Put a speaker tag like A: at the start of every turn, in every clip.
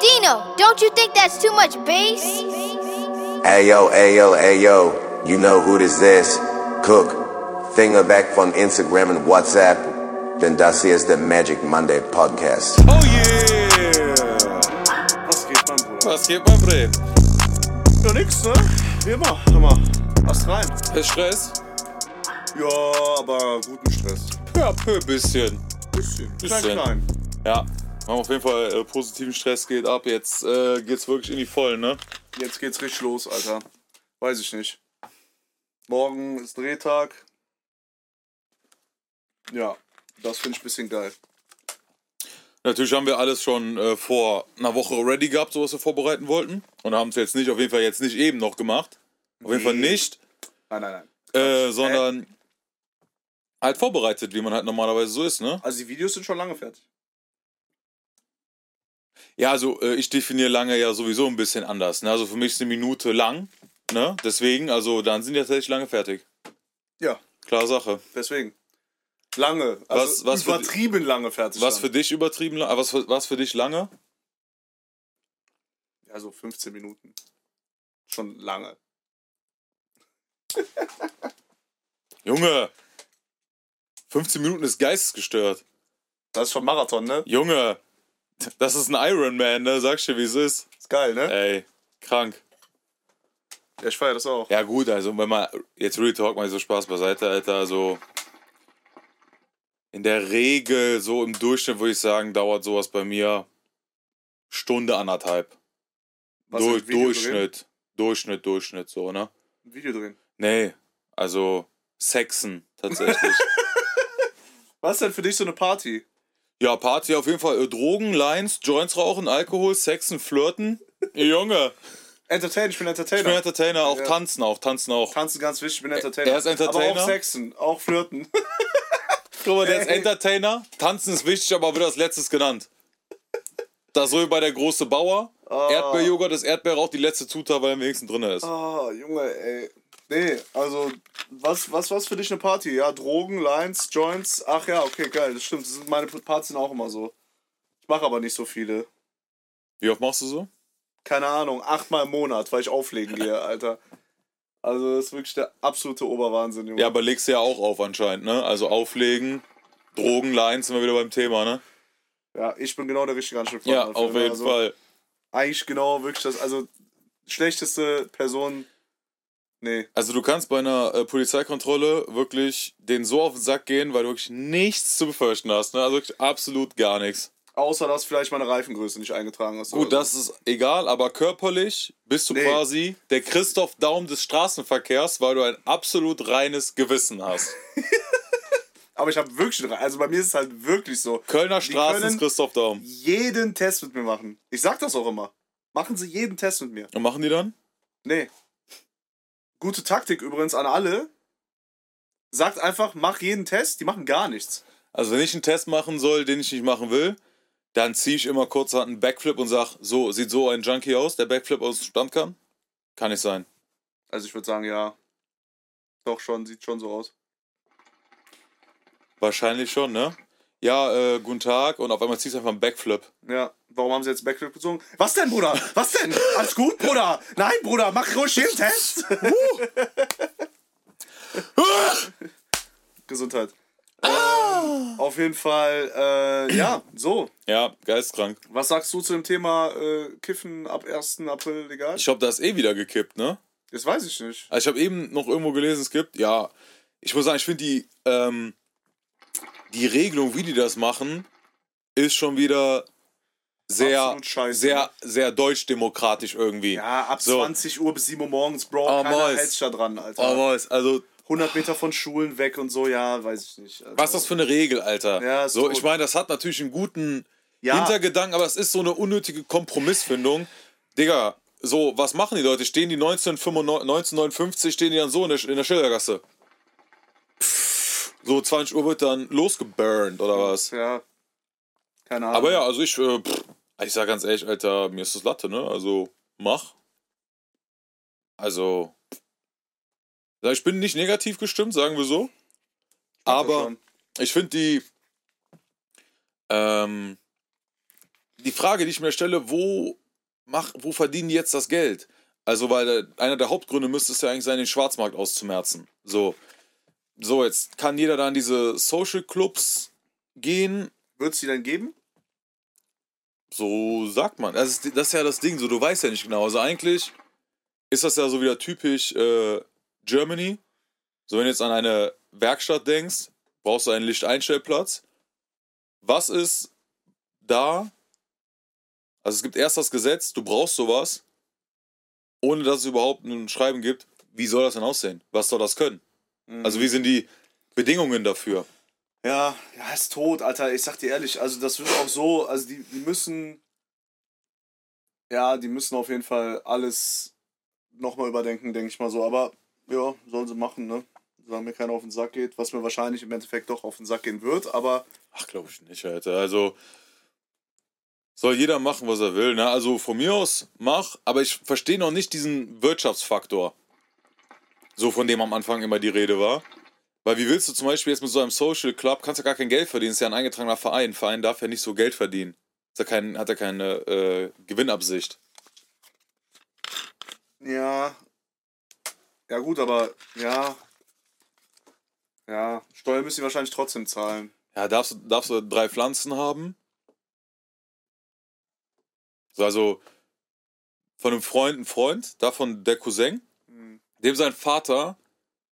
A: Dino, don't you think that's too much bass?
B: Ayo, ayo, ayo, you know who this is. Cook, finger back from Instagram and WhatsApp. Denn das hier ist der Magic Monday Podcast.
C: Oh yeah!
D: Was geht, mein Bruder?
C: Was geht, mein Brett?
D: Ja, nix, ne? Wie immer, Hammer. Hast rein?
C: Ist Stress?
D: Ja, aber guten Stress.
C: Ja, peu bisschen.
D: Bisschen. Klein,
C: Bisschen.
D: klein.
C: Ja, haben auf jeden Fall äh, positiven Stress, geht ab. Jetzt äh, geht's wirklich in die Vollen, ne?
D: Jetzt geht's richtig los, Alter. Weiß ich nicht. Morgen ist Drehtag. Ja, das finde ich ein bisschen geil.
C: Natürlich haben wir alles schon äh, vor einer Woche ready gehabt, so was wir vorbereiten wollten. Und haben es jetzt nicht, auf jeden Fall jetzt nicht eben noch gemacht. Auf jeden Fall
D: Nee.
C: nicht,
D: Nein, nein, nein.
C: äh, sondern halt vorbereitet, wie man halt normalerweise so ist, ne?
D: Also die Videos sind schon lange fertig.
C: Ja, also äh, ich definiere lange ja sowieso ein bisschen anders. Ne? Also für mich ist eine Minute lang, ne? Deswegen, also dann sind die tatsächlich lange fertig.
D: Ja,
C: Klare Sache.
D: deswegen. Lange. Also
C: Was- was für-
D: übertrieben lange fertig.
C: Was für
D: dann.
C: dich übertrieben lang, äh, was für, was für dich lange?
D: Ja, so 15 Minuten. Schon lange.
C: Junge! 15 Minuten ist geistesgestört.
D: Das ist schon Marathon, ne?
C: Junge! Das ist ein Ironman, ne? Sagst du, wie es ist?
D: Ist geil, ne?
C: Ey, krank.
D: Ja, ich feiere das auch.
C: Ja, gut, also wenn man jetzt Real Talk mal so Spaß beiseite, Alter, also in der Regel, so im Durchschnitt würde ich sagen, dauert sowas bei mir Stunde anderthalb.
D: Was,
C: Durch,
D: ein Video
C: Durchschnitt. Durchschnitt, Durchschnitt, so, ne?
D: Ein Video drehen.
C: Nee, also Sexen tatsächlich.
D: Was ist denn für dich so eine Party?
C: Ja, Party auf jeden Fall. Äh, Drogen, Lines, Joints rauchen, Alkohol, Sexen, Flirten. Junge,
D: Entertain, ich bin Entertainer.
C: ich bin Entertainer, auch
D: Ja.
C: tanzen, auch tanzen auch.
D: Tanzen ganz wichtig, ich bin Entertainer.
C: Er ist Entertainer.
D: Aber auch Sexen, auch Flirten.
C: Guck mal, der ist
D: Ey.
C: Entertainer. Tanzen ist wichtig, aber wird als letztes genannt. Das so wie bei der große Bauer. Erdbeerjoghurt, das Erdbeerrauch, die letzte Zutat, weil am wenigsten drin ist.
D: Ah, Junge, ey. Nee, also, was, was, was für dich eine Party? Ja, Drogen, Lines, Joints. Ach ja, okay, geil, das stimmt. Das sind meine Partys sind auch immer so. Ich mache aber nicht so viele.
C: Wie oft machst du so?
D: Keine Ahnung, achtmal im Monat, weil ich auflegen gehe, Alter. Also, das ist wirklich der absolute Oberwahnsinn, Junge.
C: Ja, aber legst du ja auch auf anscheinend, ne? Also auflegen, Drogen, Lines, sind wir wieder beim Thema, ne?
D: ja ich bin genau der richtige Ansprechpartner.
C: Ja,
D: dafür,
C: auf
D: ne?
C: jeden
D: also,
C: Fall.
D: eigentlich genau wirklich das, also schlechteste Person. Nee,
C: Also du kannst bei einer äh, Polizeikontrolle wirklich den so auf den Sack gehen, weil du wirklich nichts zu befürchten hast. Ne? Also wirklich absolut gar nichts.
D: außer dass vielleicht meine Reifengröße nicht eingetragen ist.
C: Gut,
D: oder
C: das ist egal, aber körperlich bist du
D: Nee.
C: quasi der Christoph Daum des Straßenverkehrs, weil du ein absolut reines Gewissen hast.
D: so. Aber ich habe wirklich, eine Re- also bei mir ist es halt wirklich so.
C: Kölner
D: Die
C: Straßen ist
D: können
C: Christoph Daum.
D: jeden Test mit mir machen. Ich sag das auch immer. Machen Sie jeden Test mit mir.
C: Und machen die dann?
D: Nee. Gute Taktik übrigens an alle. Sagt einfach, mach jeden Test, die machen gar nichts.
C: Also wenn ich einen Test machen soll, den ich nicht machen will, dann ziehe ich immer kurz einen Backflip und sag, so sieht so ein Junkie aus, der Backflip aus dem Stand kann. Kann nicht sein.
D: Also ich würde sagen, ja. Doch schon, sieht schon so aus.
C: Wahrscheinlich schon, ne? Ja, äh, guten Tag. Und auf einmal ziehst du einfach einen Backflip.
D: Ja, warum haben sie jetzt Backflip gezogen? Was denn, Bruder? Was denn? Alles gut, Bruder? Nein, Bruder, mach ruhig jeden Test.
C: Uh.
D: Gesundheit.
C: Ah.
D: Ähm, auf jeden Fall, äh, ja, so.
C: Ja, geistkrank.
D: Was sagst du zu dem Thema äh, Kiffen ab 1. April legal?
C: Ich glaube, da ist eh wieder gekippt, ne?
D: Das weiß ich nicht.
C: Also ich habe eben noch irgendwo gelesen, es gibt, ja, ich muss sagen, ich finde die, ähm, die Regelung, wie die das machen, ist schon wieder sehr,
D: Absolut scheiße. ne?
C: sehr, sehr deutsch-demokratisch irgendwie.
D: Ja, ab
C: So.
D: 20 Uhr bis 7 Uhr morgens, Bro,
C: Oh,
D: keiner
C: Mois.
D: hält sich da dran, Alter.
C: Aber es, also,
D: 100 Meter von Schulen weg und so, ja, weiß ich nicht. Also,
C: was ist das für eine Regel, Alter?
D: Ja, ist
C: so,
D: tot.
C: ich meine, das hat natürlich einen guten,
D: ja,
C: Hintergedanken, aber es ist so eine unnötige Kompromissfindung. Digga, so, was machen die Leute? Stehen die 1959, 1959 stehen die dann so in der, in der Schildergasse? Pff, So 20 Uhr wird dann losgeburnt oder was?
D: Ja. Keine Ahnung.
C: Aber ja, also ich, äh, pff, ich sag ganz ehrlich, Alter, mir ist das Latte, ne? Also, mach. Also, ich bin nicht negativ gestimmt, sagen wir so.
D: Macht das
C: Aber
D: schon.
C: ich finde die, ähm, die Frage, die ich mir stelle, wo, mach, wo verdienen die jetzt das Geld? Also, weil äh, einer der Hauptgründe müsste es ja eigentlich sein, den Schwarzmarkt auszumerzen. So. So, jetzt kann jeder da in diese Social Clubs gehen.
D: Wird es die dann geben?
C: So sagt man. Das ist, das ist ja das Ding, so du weißt ja nicht genau. Also eigentlich ist das ja so wieder typisch äh, Germany. So, wenn du jetzt an eine Werkstatt denkst, brauchst du einen Lichteinstellplatz. Was ist da? Also es gibt erst das Gesetz, du brauchst sowas, ohne dass es überhaupt ein Schreiben gibt. Wie soll das denn aussehen? Was soll das können? Also wie sind die Bedingungen dafür?
D: Ja, ja, ist tot, Alter. Ich sag dir ehrlich, also das wird auch so, also die, die müssen. Ja, die müssen auf jeden Fall alles nochmal überdenken, denke ich mal so. Aber ja, sollen sie machen, ne? Solange mir keiner auf den Sack geht, was mir wahrscheinlich im Endeffekt doch auf den Sack gehen wird, aber
C: Ach, glaube ich nicht, Alter. Also soll jeder machen, was er will. Ne? Also von mir aus mach, aber ich verstehe noch nicht diesen Wirtschaftsfaktor, so von dem am Anfang immer die Rede war. Weil wie willst du zum Beispiel jetzt mit so einem Social Club, kannst ja gar kein Geld verdienen, ist ja ein eingetragener Verein. Verein darf ja nicht so Geld verdienen. Ist ja kein, hat ja keine äh, Gewinnabsicht.
D: ja. Ja, gut, aber ja. Ja, Steuern müssen die wahrscheinlich trotzdem zahlen.
C: Ja, darfst, du- darfst du drei Pflanzen haben? So, also von einem Freund, ein Freund, davon der Cousin,
D: Mhm.
C: dem sein Vater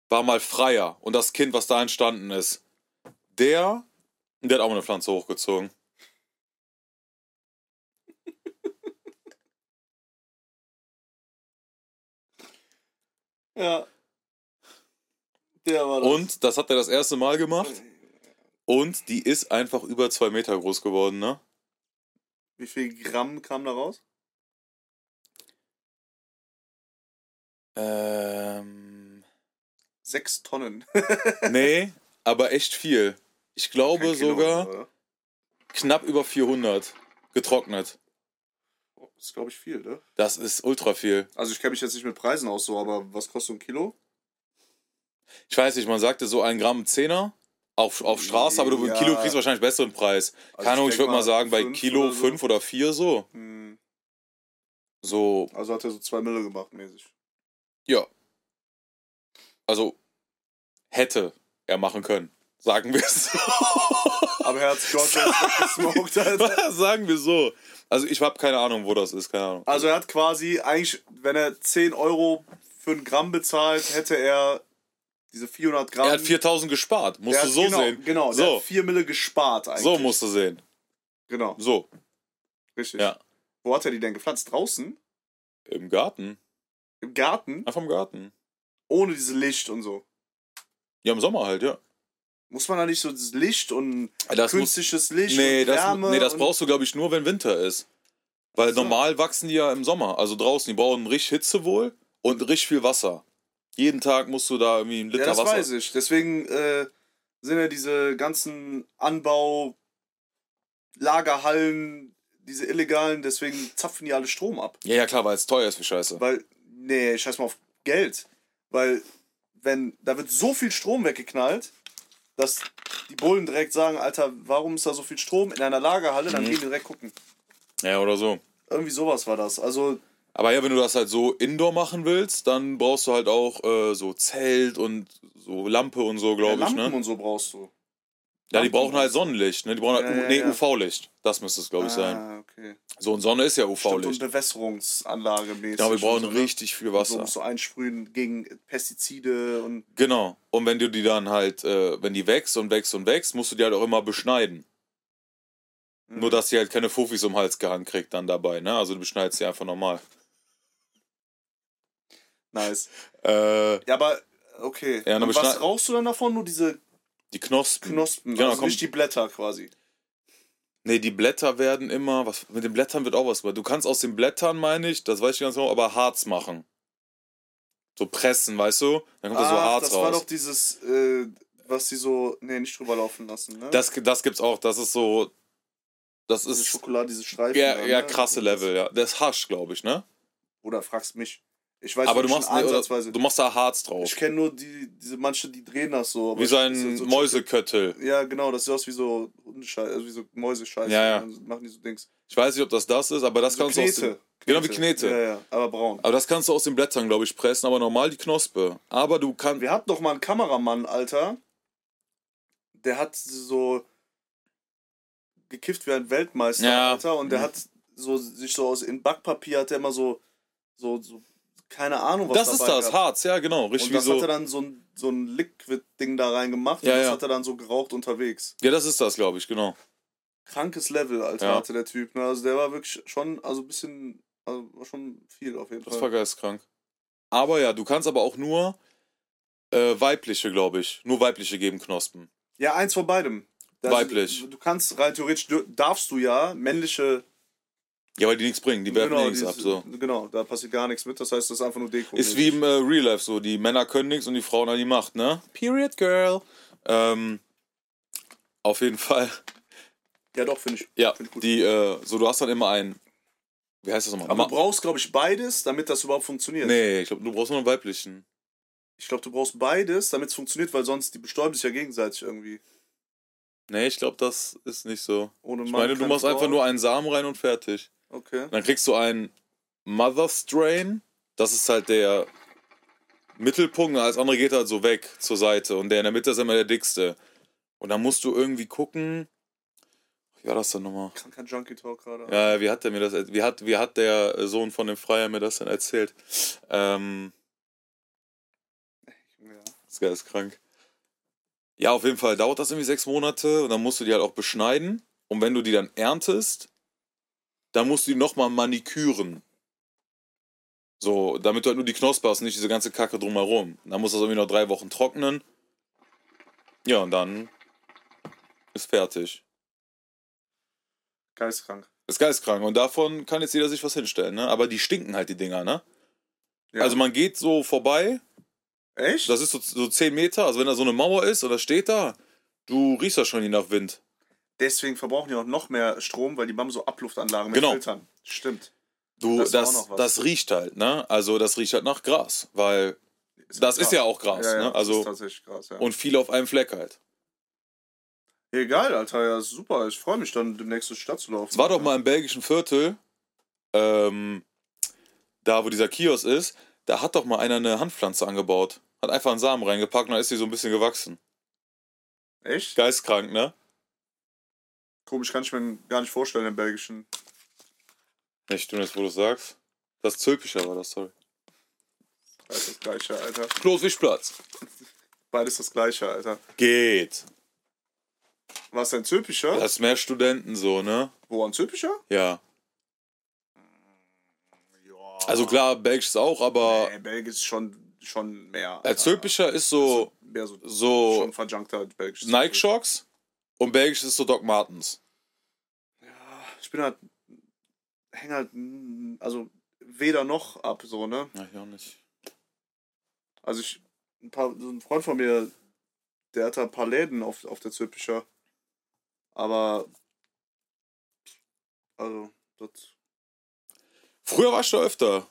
C: war mal Freier und das Kind, was da entstanden ist, der, der hat auch mal eine Pflanze hochgezogen.
D: Ja. Der war das.
C: Und das hat er das erste Mal gemacht und die ist einfach über zwei Meter groß geworden, ne?
D: Wie viel Gramm kam da raus?
C: Ähm.
D: Sechs Tonnen.
C: Nee, aber echt viel. Ich glaube
D: Kein Kilo, ne?
C: sogar
D: oder?
C: knapp über 400 getrocknet.
D: Das ist, glaube ich, viel, ne?
C: Das ist ultra viel.
D: Also ich kenne mich jetzt nicht mit Preisen aus so, aber was kostet ein Kilo?
C: Ich weiß nicht, man sagte so ein Gramm Zehner auf, auf Straße, aber du
D: Ja. Also
C: ein Kilo kriegst wahrscheinlich besseren Preis.
D: ich
C: Keine Ahnung, ich
D: denk
C: würde mal
D: mal
C: sagen, bei
D: fünf
C: Kilo
D: oder so.
C: fünf oder vier so.
D: Hm,
C: So,
D: Also hat er so zwei Mille gemacht, mäßig.
C: ja. Also, hätte er machen können. Sagen wir es so.
D: Aber er hat George gesmoked, Alter.
C: sagen wir so. Also, ich habe keine Ahnung, wo das ist, keine Ahnung.
D: Also er hat quasi, eigentlich, wenn er 10 Euro für ein Gramm bezahlt, hätte er diese 400 Gramm...
C: Er hat 4000 gespart, musst
D: Der
C: du
D: hat-
C: so
D: genau,
C: sehen.
D: Genau, der
C: so,
D: hat 4 Mille gespart eigentlich.
C: so musst du sehen.
D: Genau,
C: So,
D: richtig.
C: Ja.
D: Wo hat er die denn gepflanzt? Draußen?
C: im Garten.
D: Im Garten?
C: Einfach im Garten.
D: Ohne diese Licht und so.
C: Ja, im Sommer halt, ja.
D: Muss man da nicht so dieses Licht und
C: Das muss,
D: künstliches Licht
C: nee,
D: und
C: das,
D: Wärme
C: nee, das
D: und-
C: brauchst du, glaube ich, nur, wenn Winter ist. Weil
D: so.
C: normal wachsen die ja im Sommer, also draußen. Die brauchen richtig Hitze wohl und richtig viel Wasser. Jeden Tag musst du da irgendwie einen Liter
D: Ja, das
C: Wasser.
D: weiß ich. Deswegen äh, sind ja diese ganzen Anbau, Lagerhallen, diese illegalen, deswegen zapfen die alle Strom ab.
C: Ja, ja, klar, weil es teuer ist wie Scheiße.
D: Weil, nee, scheiß mal auf Geld. Weil, wenn, da wird so viel Strom weggeknallt, dass die Bullen direkt sagen, Alter, warum ist da so viel Strom in einer Lagerhalle?
C: Mhm.
D: Dann gehen die direkt gucken.
C: Ja, oder so.
D: Irgendwie sowas war das. Also,
C: Aber ja, wenn du das halt so indoor machen willst, dann brauchst du halt auch äh, so Zelt und so Lampe und so, glaube ich,
D: Lampen
C: ne?
D: und so brauchst du.
C: Ja, die brauchen halt Sonnenlicht, ne? Die brauchen halt
D: Ja,
C: U-
D: ja,
C: nee,
D: ja.
C: UV-Licht. Das müsste es, glaube ich, sein.
D: Ah, okay.
C: So, und Sonne ist ja
D: Stimmt, und
C: UV-Licht.
D: Bewässerungsanlage mäßig.
C: Ja, wir brauchen
D: und so, ne?
C: richtig viel
D: So
C: Wasser.
D: musst du einsprühen gegen Pestizide und.
C: Genau. Und wenn du die dann halt, äh, wenn die wächst und wächst und wächst, musst du die halt auch immer beschneiden.
D: Mhm.
C: Nur, dass sie halt keine Fufis um den Hals gehangen kriegt dann dabei, ne? Also du beschneidest sie einfach normal.
D: Nice.
C: Äh,
D: Ja, aber okay.
C: Ja, dann
D: und
C: beschneid-
D: was rauchst du dann davon? Nur diese
C: die Knospen.
D: Knospen,
C: Genau,
D: also
C: komm.
D: nicht die Blätter quasi.
C: Nee, die Blätter werden immer, was, mit den Blättern wird auch was. Du kannst aus den Blättern, meine ich, das weiß ich ganz genau, aber Harz machen. So pressen, weißt du? Dann kommt da so Harz
D: das
C: raus.
D: war doch dieses, äh, was die so, nee, nicht drüber laufen lassen, ne?
C: das, das gibt's auch, das ist so, das
D: diese
C: ist,
D: Schokolade, diese Streifen.
C: ja,
D: da,
C: ja,
D: ne?
C: krasse Level, ja. Das ist Hasch, glaube ich, ne?
D: Oder fragst mich. Ich weiß
C: aber du
D: wirklich
C: machst, ne,
D: schon ansatzweise.
C: oder, du machst da Harz drauf.
D: ich kenne nur die, diese manche, die drehen das so. aber
C: wie
D: ich-
C: so ein
D: so- so-
C: Mäuseköttel.
D: Ja, genau, das sieht aus wie so Hundescheiße, also wie so Mäusescheiße.
C: Ja, ja.
D: Dann machen die so Dings.
C: Ich weiß nicht, ob das das ist, aber das
D: So
C: kannst du aus den, Genau wie Knete.
D: Ja, ja, aber braun.
C: Aber das kannst du aus den Blättern, glaube ich, pressen, aber normal die Knospe. Aber du kannst.
D: Wir hatten doch mal einen Kameramann, Alter. Der hat so gekifft wie ein Weltmeister,
C: Ja.
D: Alter. Und der
C: Mhm.
D: hat so sich so aus in Backpapier hat er immer so, so, so keine Ahnung, was
C: Das ist
D: dabei
C: das,
D: gehabt.
C: Harz, ja, genau. Richtig
D: Und
C: wie
D: das hat
C: so.
D: er dann so ein, so ein Liquid-Ding da reingemacht
C: Ja,
D: und das
C: ja.
D: hat er dann so geraucht unterwegs.
C: Ja, das ist das, glaube ich, genau.
D: Krankes Level, Alter,
C: Ja.
D: hatte der Typ. Ne? Also der war wirklich schon, also ein bisschen, also war schon viel auf jeden
C: Das war
D: Fall.
C: geistkrank. Aber ja, du kannst aber auch nur äh, weibliche, glaube ich. Nur weibliche geben Knospen.
D: Ja, eins von beidem.
C: Weiblich.
D: Du kannst rein theoretisch, dür- darfst du ja männliche
C: Ja, weil die nichts bringen, die werfen ja nichts
D: Genau, die-
C: ab. So.
D: Genau, da passiert gar nichts mit, das heißt, das ist einfach nur Deko.
C: Ist wie im äh, Real Life so. Die Männer können nichts und die Frauen haben die Macht, ne? Period, girl. Ähm, auf jeden Fall.
D: Ja, doch, finde ich.
C: Ja,
D: Find ich gut.
C: die, äh, so du hast dann immer einen. Wie heißt das nochmal?
D: Aber
C: Ma-
D: du brauchst, glaube ich, beides, damit das überhaupt funktioniert.
C: nee, ich glaube, du brauchst nur einen weiblichen.
D: Ich glaube, du brauchst beides, damit es funktioniert, weil sonst die bestäuben sich ja gegenseitig irgendwie.
C: Nee, ich glaube, das ist nicht so.
D: Ohne
C: Ich
D: Mann
C: meine, du
D: keine
C: machst
D: Frau.
C: einfach nur einen Samen rein und fertig.
D: Okay.
C: Dann kriegst du einen Mother Strain. Das ist halt der Mittelpunkt. Alles andere geht halt so weg zur Seite. Und der in der Mitte ist immer der dickste. Und dann musst du irgendwie gucken. Wie war das denn nochmal?
D: Kranker Junkie Talk gerade.
C: Ja, wie hat der mir das, wie hat, wie hat der Sohn von dem Freier mir das denn erzählt? Ähm,
D: Ja.
C: das Geil ist krank. Ja, auf jeden Fall dauert das irgendwie sechs Monate und dann musst du die halt auch beschneiden. Und wenn du die dann erntest, dann musst du die nochmal maniküren. So, damit du halt nur die Knospe hast und nicht diese ganze Kacke drumherum. Dann muss das irgendwie noch drei Wochen trocknen. Ja, und dann ist fertig.
D: Geistkrank.
C: Ist geistkrank. Und davon kann jetzt jeder sich was hinstellen, ne? Aber die stinken halt, die Dinger, ne?
D: Ja.
C: Also man geht so vorbei,
D: Echt?
C: das ist so, so 10 Meter, also wenn da so eine Mauer ist oder steht da, du riechst ja schon je nach Wind.
D: Deswegen verbrauchen die auch noch mehr Strom, weil die haben so Abluftanlagen mit
C: Genau.
D: Filtern. Stimmt.
C: Du,
D: Das
C: das,
D: ist auch noch
C: das,
D: was.
C: riecht halt, ne? Also das riecht halt nach Gras, weil, Das ist ja auch Gras, ne?
D: das
C: Also-
D: ist tatsächlich Gras, ja.
C: und viel auf einem Fleck halt.
D: Egal, Alter, ja, super. Ich freue mich dann, demnächst zur Stadt zu laufen.
C: Es war doch mal im belgischen Viertel, ähm, da wo dieser Kiosk ist, da hat doch mal einer eine Handpflanze angebaut. Hat einfach einen Samen reingepackt und dann ist die so ein bisschen gewachsen.
D: Echt?
C: Geistkrank, ne?
D: Komisch, kann ich mir gar nicht vorstellen im belgischen.
C: Echt, du jetzt, wo du sagst. Das Zülpischer war das, sorry.
D: Das ist das Gleiche, Alter.
C: Kloswischplatz.
D: Beides das Gleiche, Alter.
C: Geht.
D: War es ein Zülpicher?
C: Das ist mehr Studenten so, ne?
D: Wo, ein Zülpicher?
C: Ja.
D: Ja.
C: Also klar, Belgisch ist auch, aber
D: Nee, Belgisch ist schon, schon mehr.
C: äh, Zülpischer ist so,
D: Mehr so,
C: so
D: schon verjunkter Belgisch.
C: Nike Shocks und Belgisch ist so Doc Martens.
D: Ich bin halt, häng halt, mm, also weder noch ab, so, ne?
C: Ja, ich auch nicht.
D: Also ich, ein paar, so ein Freund von mir, der hat da ein paar Läden auf, auf der Zülpicher. Aber, also, das,
C: Früher war ich da öfter.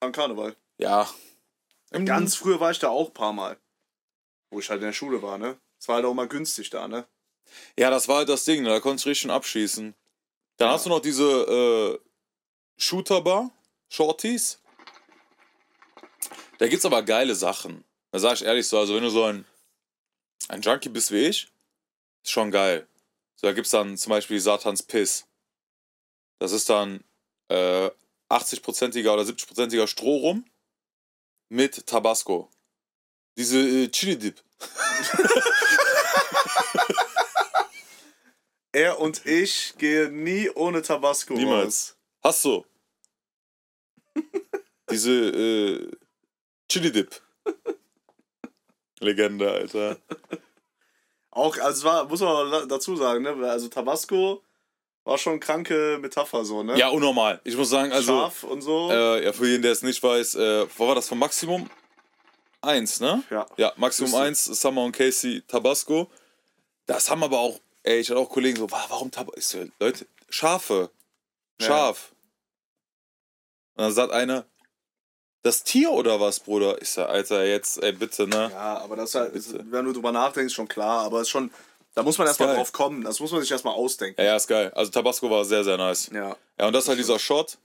D: an Karneval.
C: Ja. Im
D: Ganz früher war ich da auch ein paar Mal. Wo ich halt in der Schule war, ne? Es war halt auch mal günstig da, ne?
C: Ja, das war halt das Ding, ne? da konntest du richtig schon abschießen. Dann hast du noch diese äh, Shooterbar, Shorties. Da gibt's aber geile Sachen. Da sag ich ehrlich so, also wenn du so ein, ein Junkie bist wie ich, ist schon geil. So, da gibt's dann zum Beispiel Satans Piss. Das ist dann äh, 80%iger oder 70%iger Strohrum mit Tabasco. Diese äh, Chili-Dip.
D: Er und ich gehen nie ohne Tabasco
C: Niemals. Hast du? Diese äh, Chili Dip. Legende, Alter.
D: raus. Auch, also es war, muss man la- dazu sagen, ne? Also Tabasco war schon kranke Metapher so, ne?
C: Ja, unnormal. Ich muss sagen, also,
D: Scharf und so.
C: äh, ja, für jeden, der es nicht weiß, äh, was war das von Maximum? Eins, ne?
D: ja.
C: Ja, Maximum
D: Müsste-
C: 1, Summer und Casey, Tabasco. Das haben aber auch, ey, ich hatte auch Kollegen so, "Wa- warum Tabasco? Ich so, Leute, Schafe.
D: Ja.
C: Schaf. Und dann sagt einer, Das Tier oder was, Bruder? Ich sag, Alter, jetzt, ey, bitte, ne?
D: Ja, aber das ist halt, ist, wenn du drüber nachdenkst, schon klar, aber ist schon, da muss man erstmal
C: geil.
D: drauf kommen, das muss man sich erstmal ausdenken.
C: Ja, ja, ist geil. Also Tabasco war sehr, sehr nice.
D: Ja.
C: Ja, und das ist halt dieser Shot.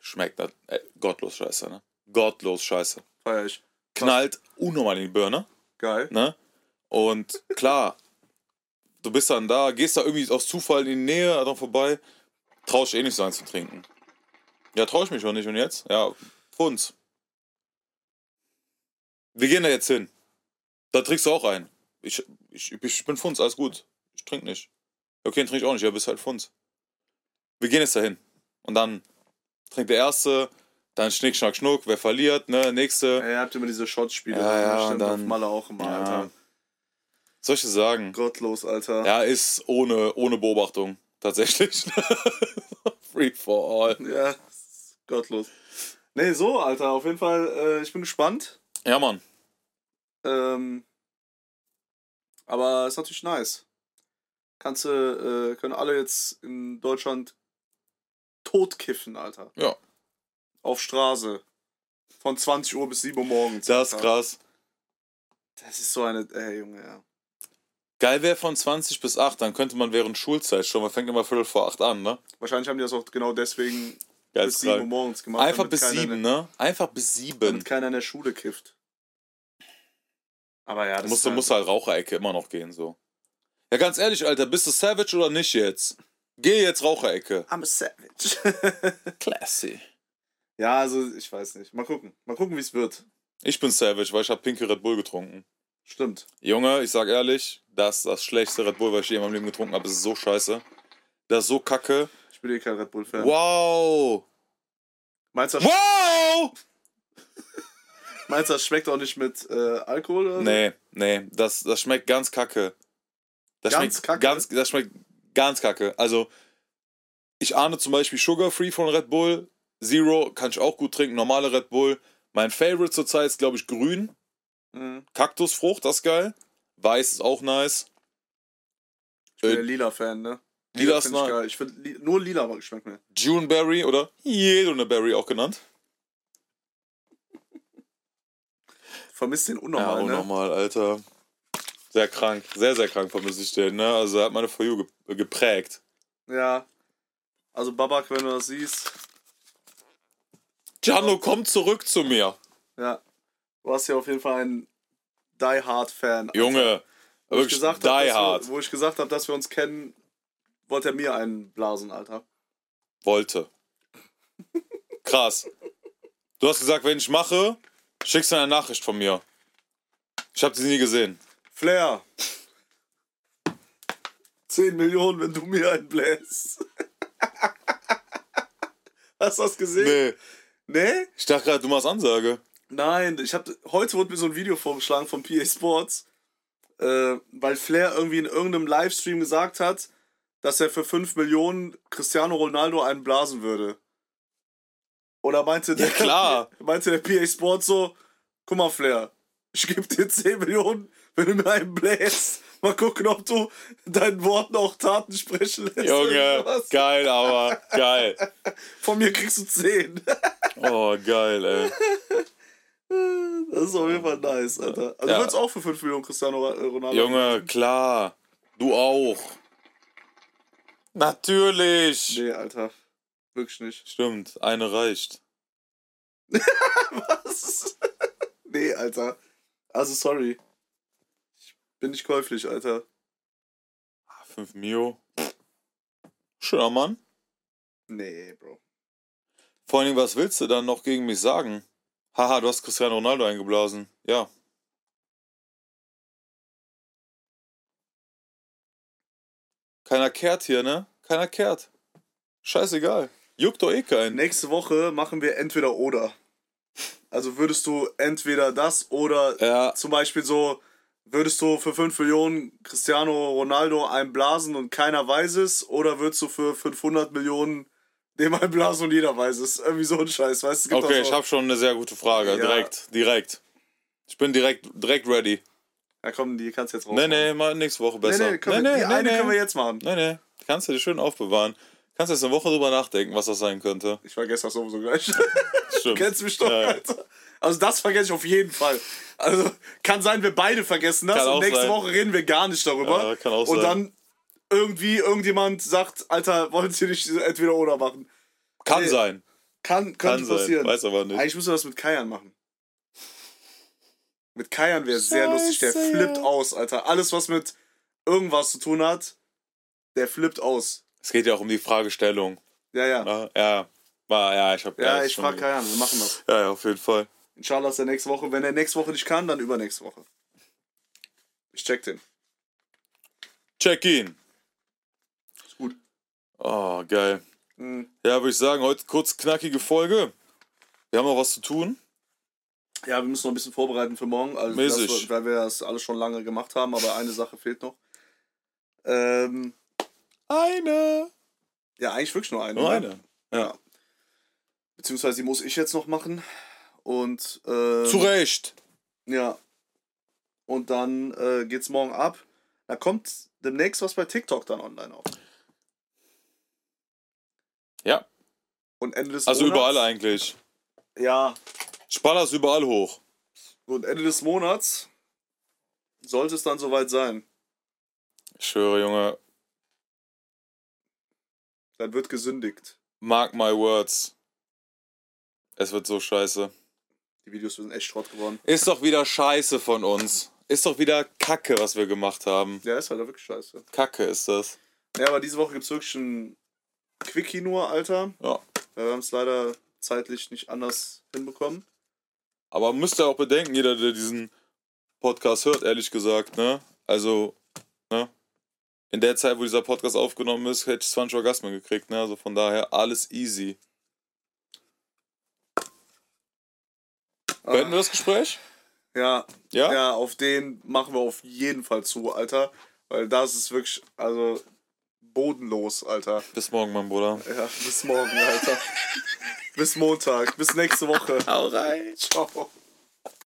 C: Schmeckt das. Ey, gottlos scheiße, ne? Gottlos scheiße.
D: Feier ich.
C: Knallt unnormal in die Birne,
D: Geil.
C: ne? Und klar, du bist dann da, gehst da irgendwie aus Zufall in die Nähe dran vorbei, trau ich eh nicht so eins zu trinken. Ja, trau ich mich schon nicht. Und jetzt? Ja, Pfunds. Wir gehen da jetzt hin. Da trinkst du auch ein. Ich, ich, ich bin Funz, alles gut. Ich trink nicht. Okay, dann trink ich auch nicht, ja, bist halt Funz. Wir gehen jetzt dahin. Und dann trinkt der Erste, dann Schnick, Schnack, Schnuck, wer verliert, ne, Nächste.
D: Ja, ihr habt immer diese Shotspiele,
C: Ja, ja,
D: stimmt,
C: und
D: auf
C: dann-
D: Malle auch immer,
C: Ja.
D: Alter.
C: Soll ich dir sagen?
D: Gottlos, Alter.
C: Ja, ist ohne, ohne Beobachtung, tatsächlich. Free for all.
D: Ja, ist gottlos. Nee, so, Alter, auf jeden Fall, äh, ich bin gespannt.
C: Ja, Mann.
D: Ähm, aber ist natürlich nice. Kannst du, äh, können alle jetzt in Deutschland totkiffen, Alter.
C: Ja.
D: Auf Straße. Von 20 Uhr bis 7 Uhr morgens.
C: Das ist
D: Alter.
C: krass.
D: Das ist so eine, ey, Junge, ja.
C: Geil wäre von 20 bis 8, dann könnte man während Schulzeit schon, man fängt immer Viertel vor 8 an, ne?
D: Wahrscheinlich haben die das auch genau deswegen bis 7 Uhr
C: Geil.
D: morgens gemacht.
C: Einfach
D: damit
C: bis
D: keiner
C: 7,
D: in-
C: ne? Einfach bis 7.
D: Damit keiner in der Schule kifft. Aber ja, das
C: Musst
D: ist
C: du,
D: halt-
C: musst halt Raucherecke immer noch gehen, so. Ja, ganz ehrlich, Alter, bist du Savage oder nicht jetzt? Geh jetzt Raucherecke.
D: I'm a savage.
C: Classy.
D: ja, also ich weiß nicht. Mal gucken. Mal gucken, wie es wird.
C: Ich bin Savage, weil ich hab pinke Red Bull getrunken.
D: Stimmt.
C: Junge, ich sag ehrlich, das ist das schlechteste Red Bull, was ich je in meinem Leben getrunken habe. Das ist so scheiße. Das ist so kacke.
D: Ich bin eh kein Red Bull-Fan.
C: Wow!
D: Meinst du, das-
C: Wow!
D: meinst du, das schmeckt auch nicht mit äh, Alkohol? Oder? so?
C: Nee, nee, das, das schmeckt ganz kacke. Das
D: Ganz
C: schmeckt
D: kacke?
C: Ganz, das schmeckt ganz kacke. Also, ich ahne zum Beispiel Sugar Free von Red Bull. Zero kann ich auch gut trinken, normale Red Bull. Mein Favorite zurzeit ist, glaube ich, grün.
D: Mhm.
C: Kaktusfrucht, das ist geil. Weiß ist auch nice.
D: Ich bin
C: Äh,
D: der Lila-Fan, ne?
C: Lila ist
D: find ich
C: nice.
D: geil. Ich find, li nur Lila mag- schmeckt mir.
C: Juneberry oder Berry auch genannt.
D: Vermisst den
C: Ja,
D: unnormal,
C: auch
D: ne?
C: nochmal, Alter. Sehr krank, sehr, sehr krank vermisse ich den, ne? Also, er hat meine For You ge- geprägt.
D: Ja. Also Babak, wenn du das siehst,
C: Gianno, komm zurück zu mir.
D: ja. Du hast ja auf jeden Fall einen Die Hard-Fan.
C: Junge,
D: Wo ich
C: wirklich
D: gesagt
C: die
D: hab, dass
C: hard.
D: Wir, wo ich gesagt habe, dass wir uns kennen, wollte er mir einen blasen, Alter.
C: Wollte. Krass. Du hast gesagt, wenn ich mache, schickst du eine Nachricht von mir. Ich habe sie nie gesehen.
D: Flair. 10 Millionen, wenn du mir einen bläst. Hast du das gesehen?
C: Nee.
D: Nee?
C: Ich dachte gerade, du machst Ansage.
D: Nein, ich hab, heute wurde mir so ein Video vorgeschlagen von PA Sports, äh, weil Flair irgendwie in irgendeinem Livestream gesagt hat, dass er für 5 Millionen Cristiano Ronaldo einen blasen würde. Oder meinte der,
C: klar.
D: meinte der PA Sports so, guck mal Flair, ich gebe dir 10 Millionen, wenn du mir einen bläst. Mal gucken, ob du deinen Worten auch Taten sprechen lässt.
C: Junge,
D: oder was.
C: geil, aber geil.
D: Von mir kriegst du 10.
C: Oh, geil, ey.
D: Das ist auf jeden Fall nice, Alter. Also
C: Ja.
D: du würdest auch für 5 Millionen Cristiano Ra- Ronaldo.
C: Junge, klar. Du auch. Natürlich.
D: Nee, Alter. Wirklich nicht.
C: Stimmt, eine reicht.
D: Was? nee, Alter. Also sorry. Ich bin nicht käuflich, Alter.
C: Ah, Fünf Mio. Schöner Mann.
D: Nee, Bro.
C: Vor allen Dingen, was willst du dann noch gegen mich sagen? Haha, du hast Cristiano Ronaldo eingeblasen. Ja. Keiner kehrt hier, ne? Keiner kehrt. Scheißegal. Juckt doch eh keinen.
D: Nächste Woche machen wir entweder oder. Also würdest du entweder das oder
C: Ja,
D: zum Beispiel so, würdest du für 5 Millionen Cristiano Ronaldo einblasen und keiner weiß es oder würdest du für 500 Millionen dem einblasen und jeder weiß es? Irgendwie so ein Scheiß, weißt du? es gibt
C: okay,
D: auch so-
C: ich habe schon eine sehr gute Frage.
D: Ja.
C: Direkt, direkt. Ich bin direkt, direkt ready.
D: Ja komm, die kannst du jetzt raus.
C: Nee, nee, mal nächste Woche besser.
D: nee, können wir, die eine können wir jetzt machen.
C: Nee, nee. Kannst du dir schön aufbewahren. Kannst jetzt eine Woche drüber nachdenken, was das sein könnte.
D: Ich vergesse das sowieso gleich.
C: Stimmt.
D: Kennst du mich doch,
C: Ja, ja.
D: Alter. Also das vergesse ich auf jeden Fall. Also kann sein, wir beide vergessen das
C: Kann auch
D: und nächste
C: sein.
D: Woche reden wir gar nicht darüber.
C: Ja, kann auch
D: und dann
C: sein.
D: irgendwie irgendjemand sagt, Alter, wollt ihr nicht entweder oder machen?
C: Kann
D: Nee.
C: sein.
D: Kann, könnte
C: Kann sein.
D: passieren. Ah,
C: Weiß aber nicht.
D: Eigentlich müssen wir das mit Kajan machen. Mit Kajan wäre sehr lustig. Der flippt aus, Alter. Alles, was mit irgendwas zu tun hat, der flippt aus.
C: Es geht ja auch um die Fragestellung.
D: Ja, ja.
C: Ne? Ja. War, ja, ich hab
D: Ja,
C: ist
D: ich
C: schon-
D: frage Kajan. Wir machen das.
C: Ja, ja, auf jeden Fall.
D: Inshallah ist er nächste Woche. Wenn er nächste Woche nicht kann, dann übernächste Woche. Ich check den.
C: Check in.
D: Ist gut.
C: Oh, geil.
D: Mhm.
C: Ja, würde ich sagen, heute kurz knackige Folge. Wir haben noch was zu tun.
D: Ja, wir müssen noch ein bisschen vorbereiten für morgen. Also
C: Mäßig.
D: Das, weil wir das alles schon lange gemacht haben, aber eine Sache fehlt noch. Ähm,
C: Eine.
D: ja, eigentlich wirklich nur eine.
C: Nur
D: ne?
C: eine. Ja.
D: Beziehungsweise die muss ich jetzt noch machen. Und ähm,
C: Zu Recht.
D: Ja. Und dann äh, geht's morgen ab. Da kommt demnächst was bei TikTok dann online auf.
C: Ja.
D: Und Ende des
C: Also
D: Monats.
C: überall eigentlich.
D: Ja.
C: Spanners überall hoch.
D: Und Ende des Monats sollte es dann soweit sein.
C: Ich schwöre, Junge.
D: Dann wird gesündigt.
C: Mark my words. Es wird so scheiße.
D: Die Videos sind echt Schrott geworden.
C: Ist doch wieder scheiße von uns. Ist doch wieder Kacke, was wir gemacht haben.
D: Ja, ist halt wirklich scheiße.
C: Kacke ist das.
D: Ja, aber diese Woche gibt's wirklich ein Quickie nur, Alter.
C: Ja.
D: Weil wir haben es leider zeitlich nicht anders hinbekommen.
C: Aber müsst ihr auch bedenken, jeder, der diesen Podcast hört, ehrlich gesagt, ne? Also, ne? In der Zeit, wo dieser Podcast aufgenommen ist, hätte ich 20 Orgasmen gekriegt, ne? Also von daher alles easy. Beenden wir das Gespräch?
D: Ja,
C: Ja?
D: Ja, auf den machen wir auf jeden Fall zu, Alter. Weil das ist wirklich, also, bodenlos, Alter.
C: Bis morgen, mein Bruder.
D: Ja, bis morgen, Alter. bis Montag, bis nächste Woche.
C: Hau rein.
D: Ciao.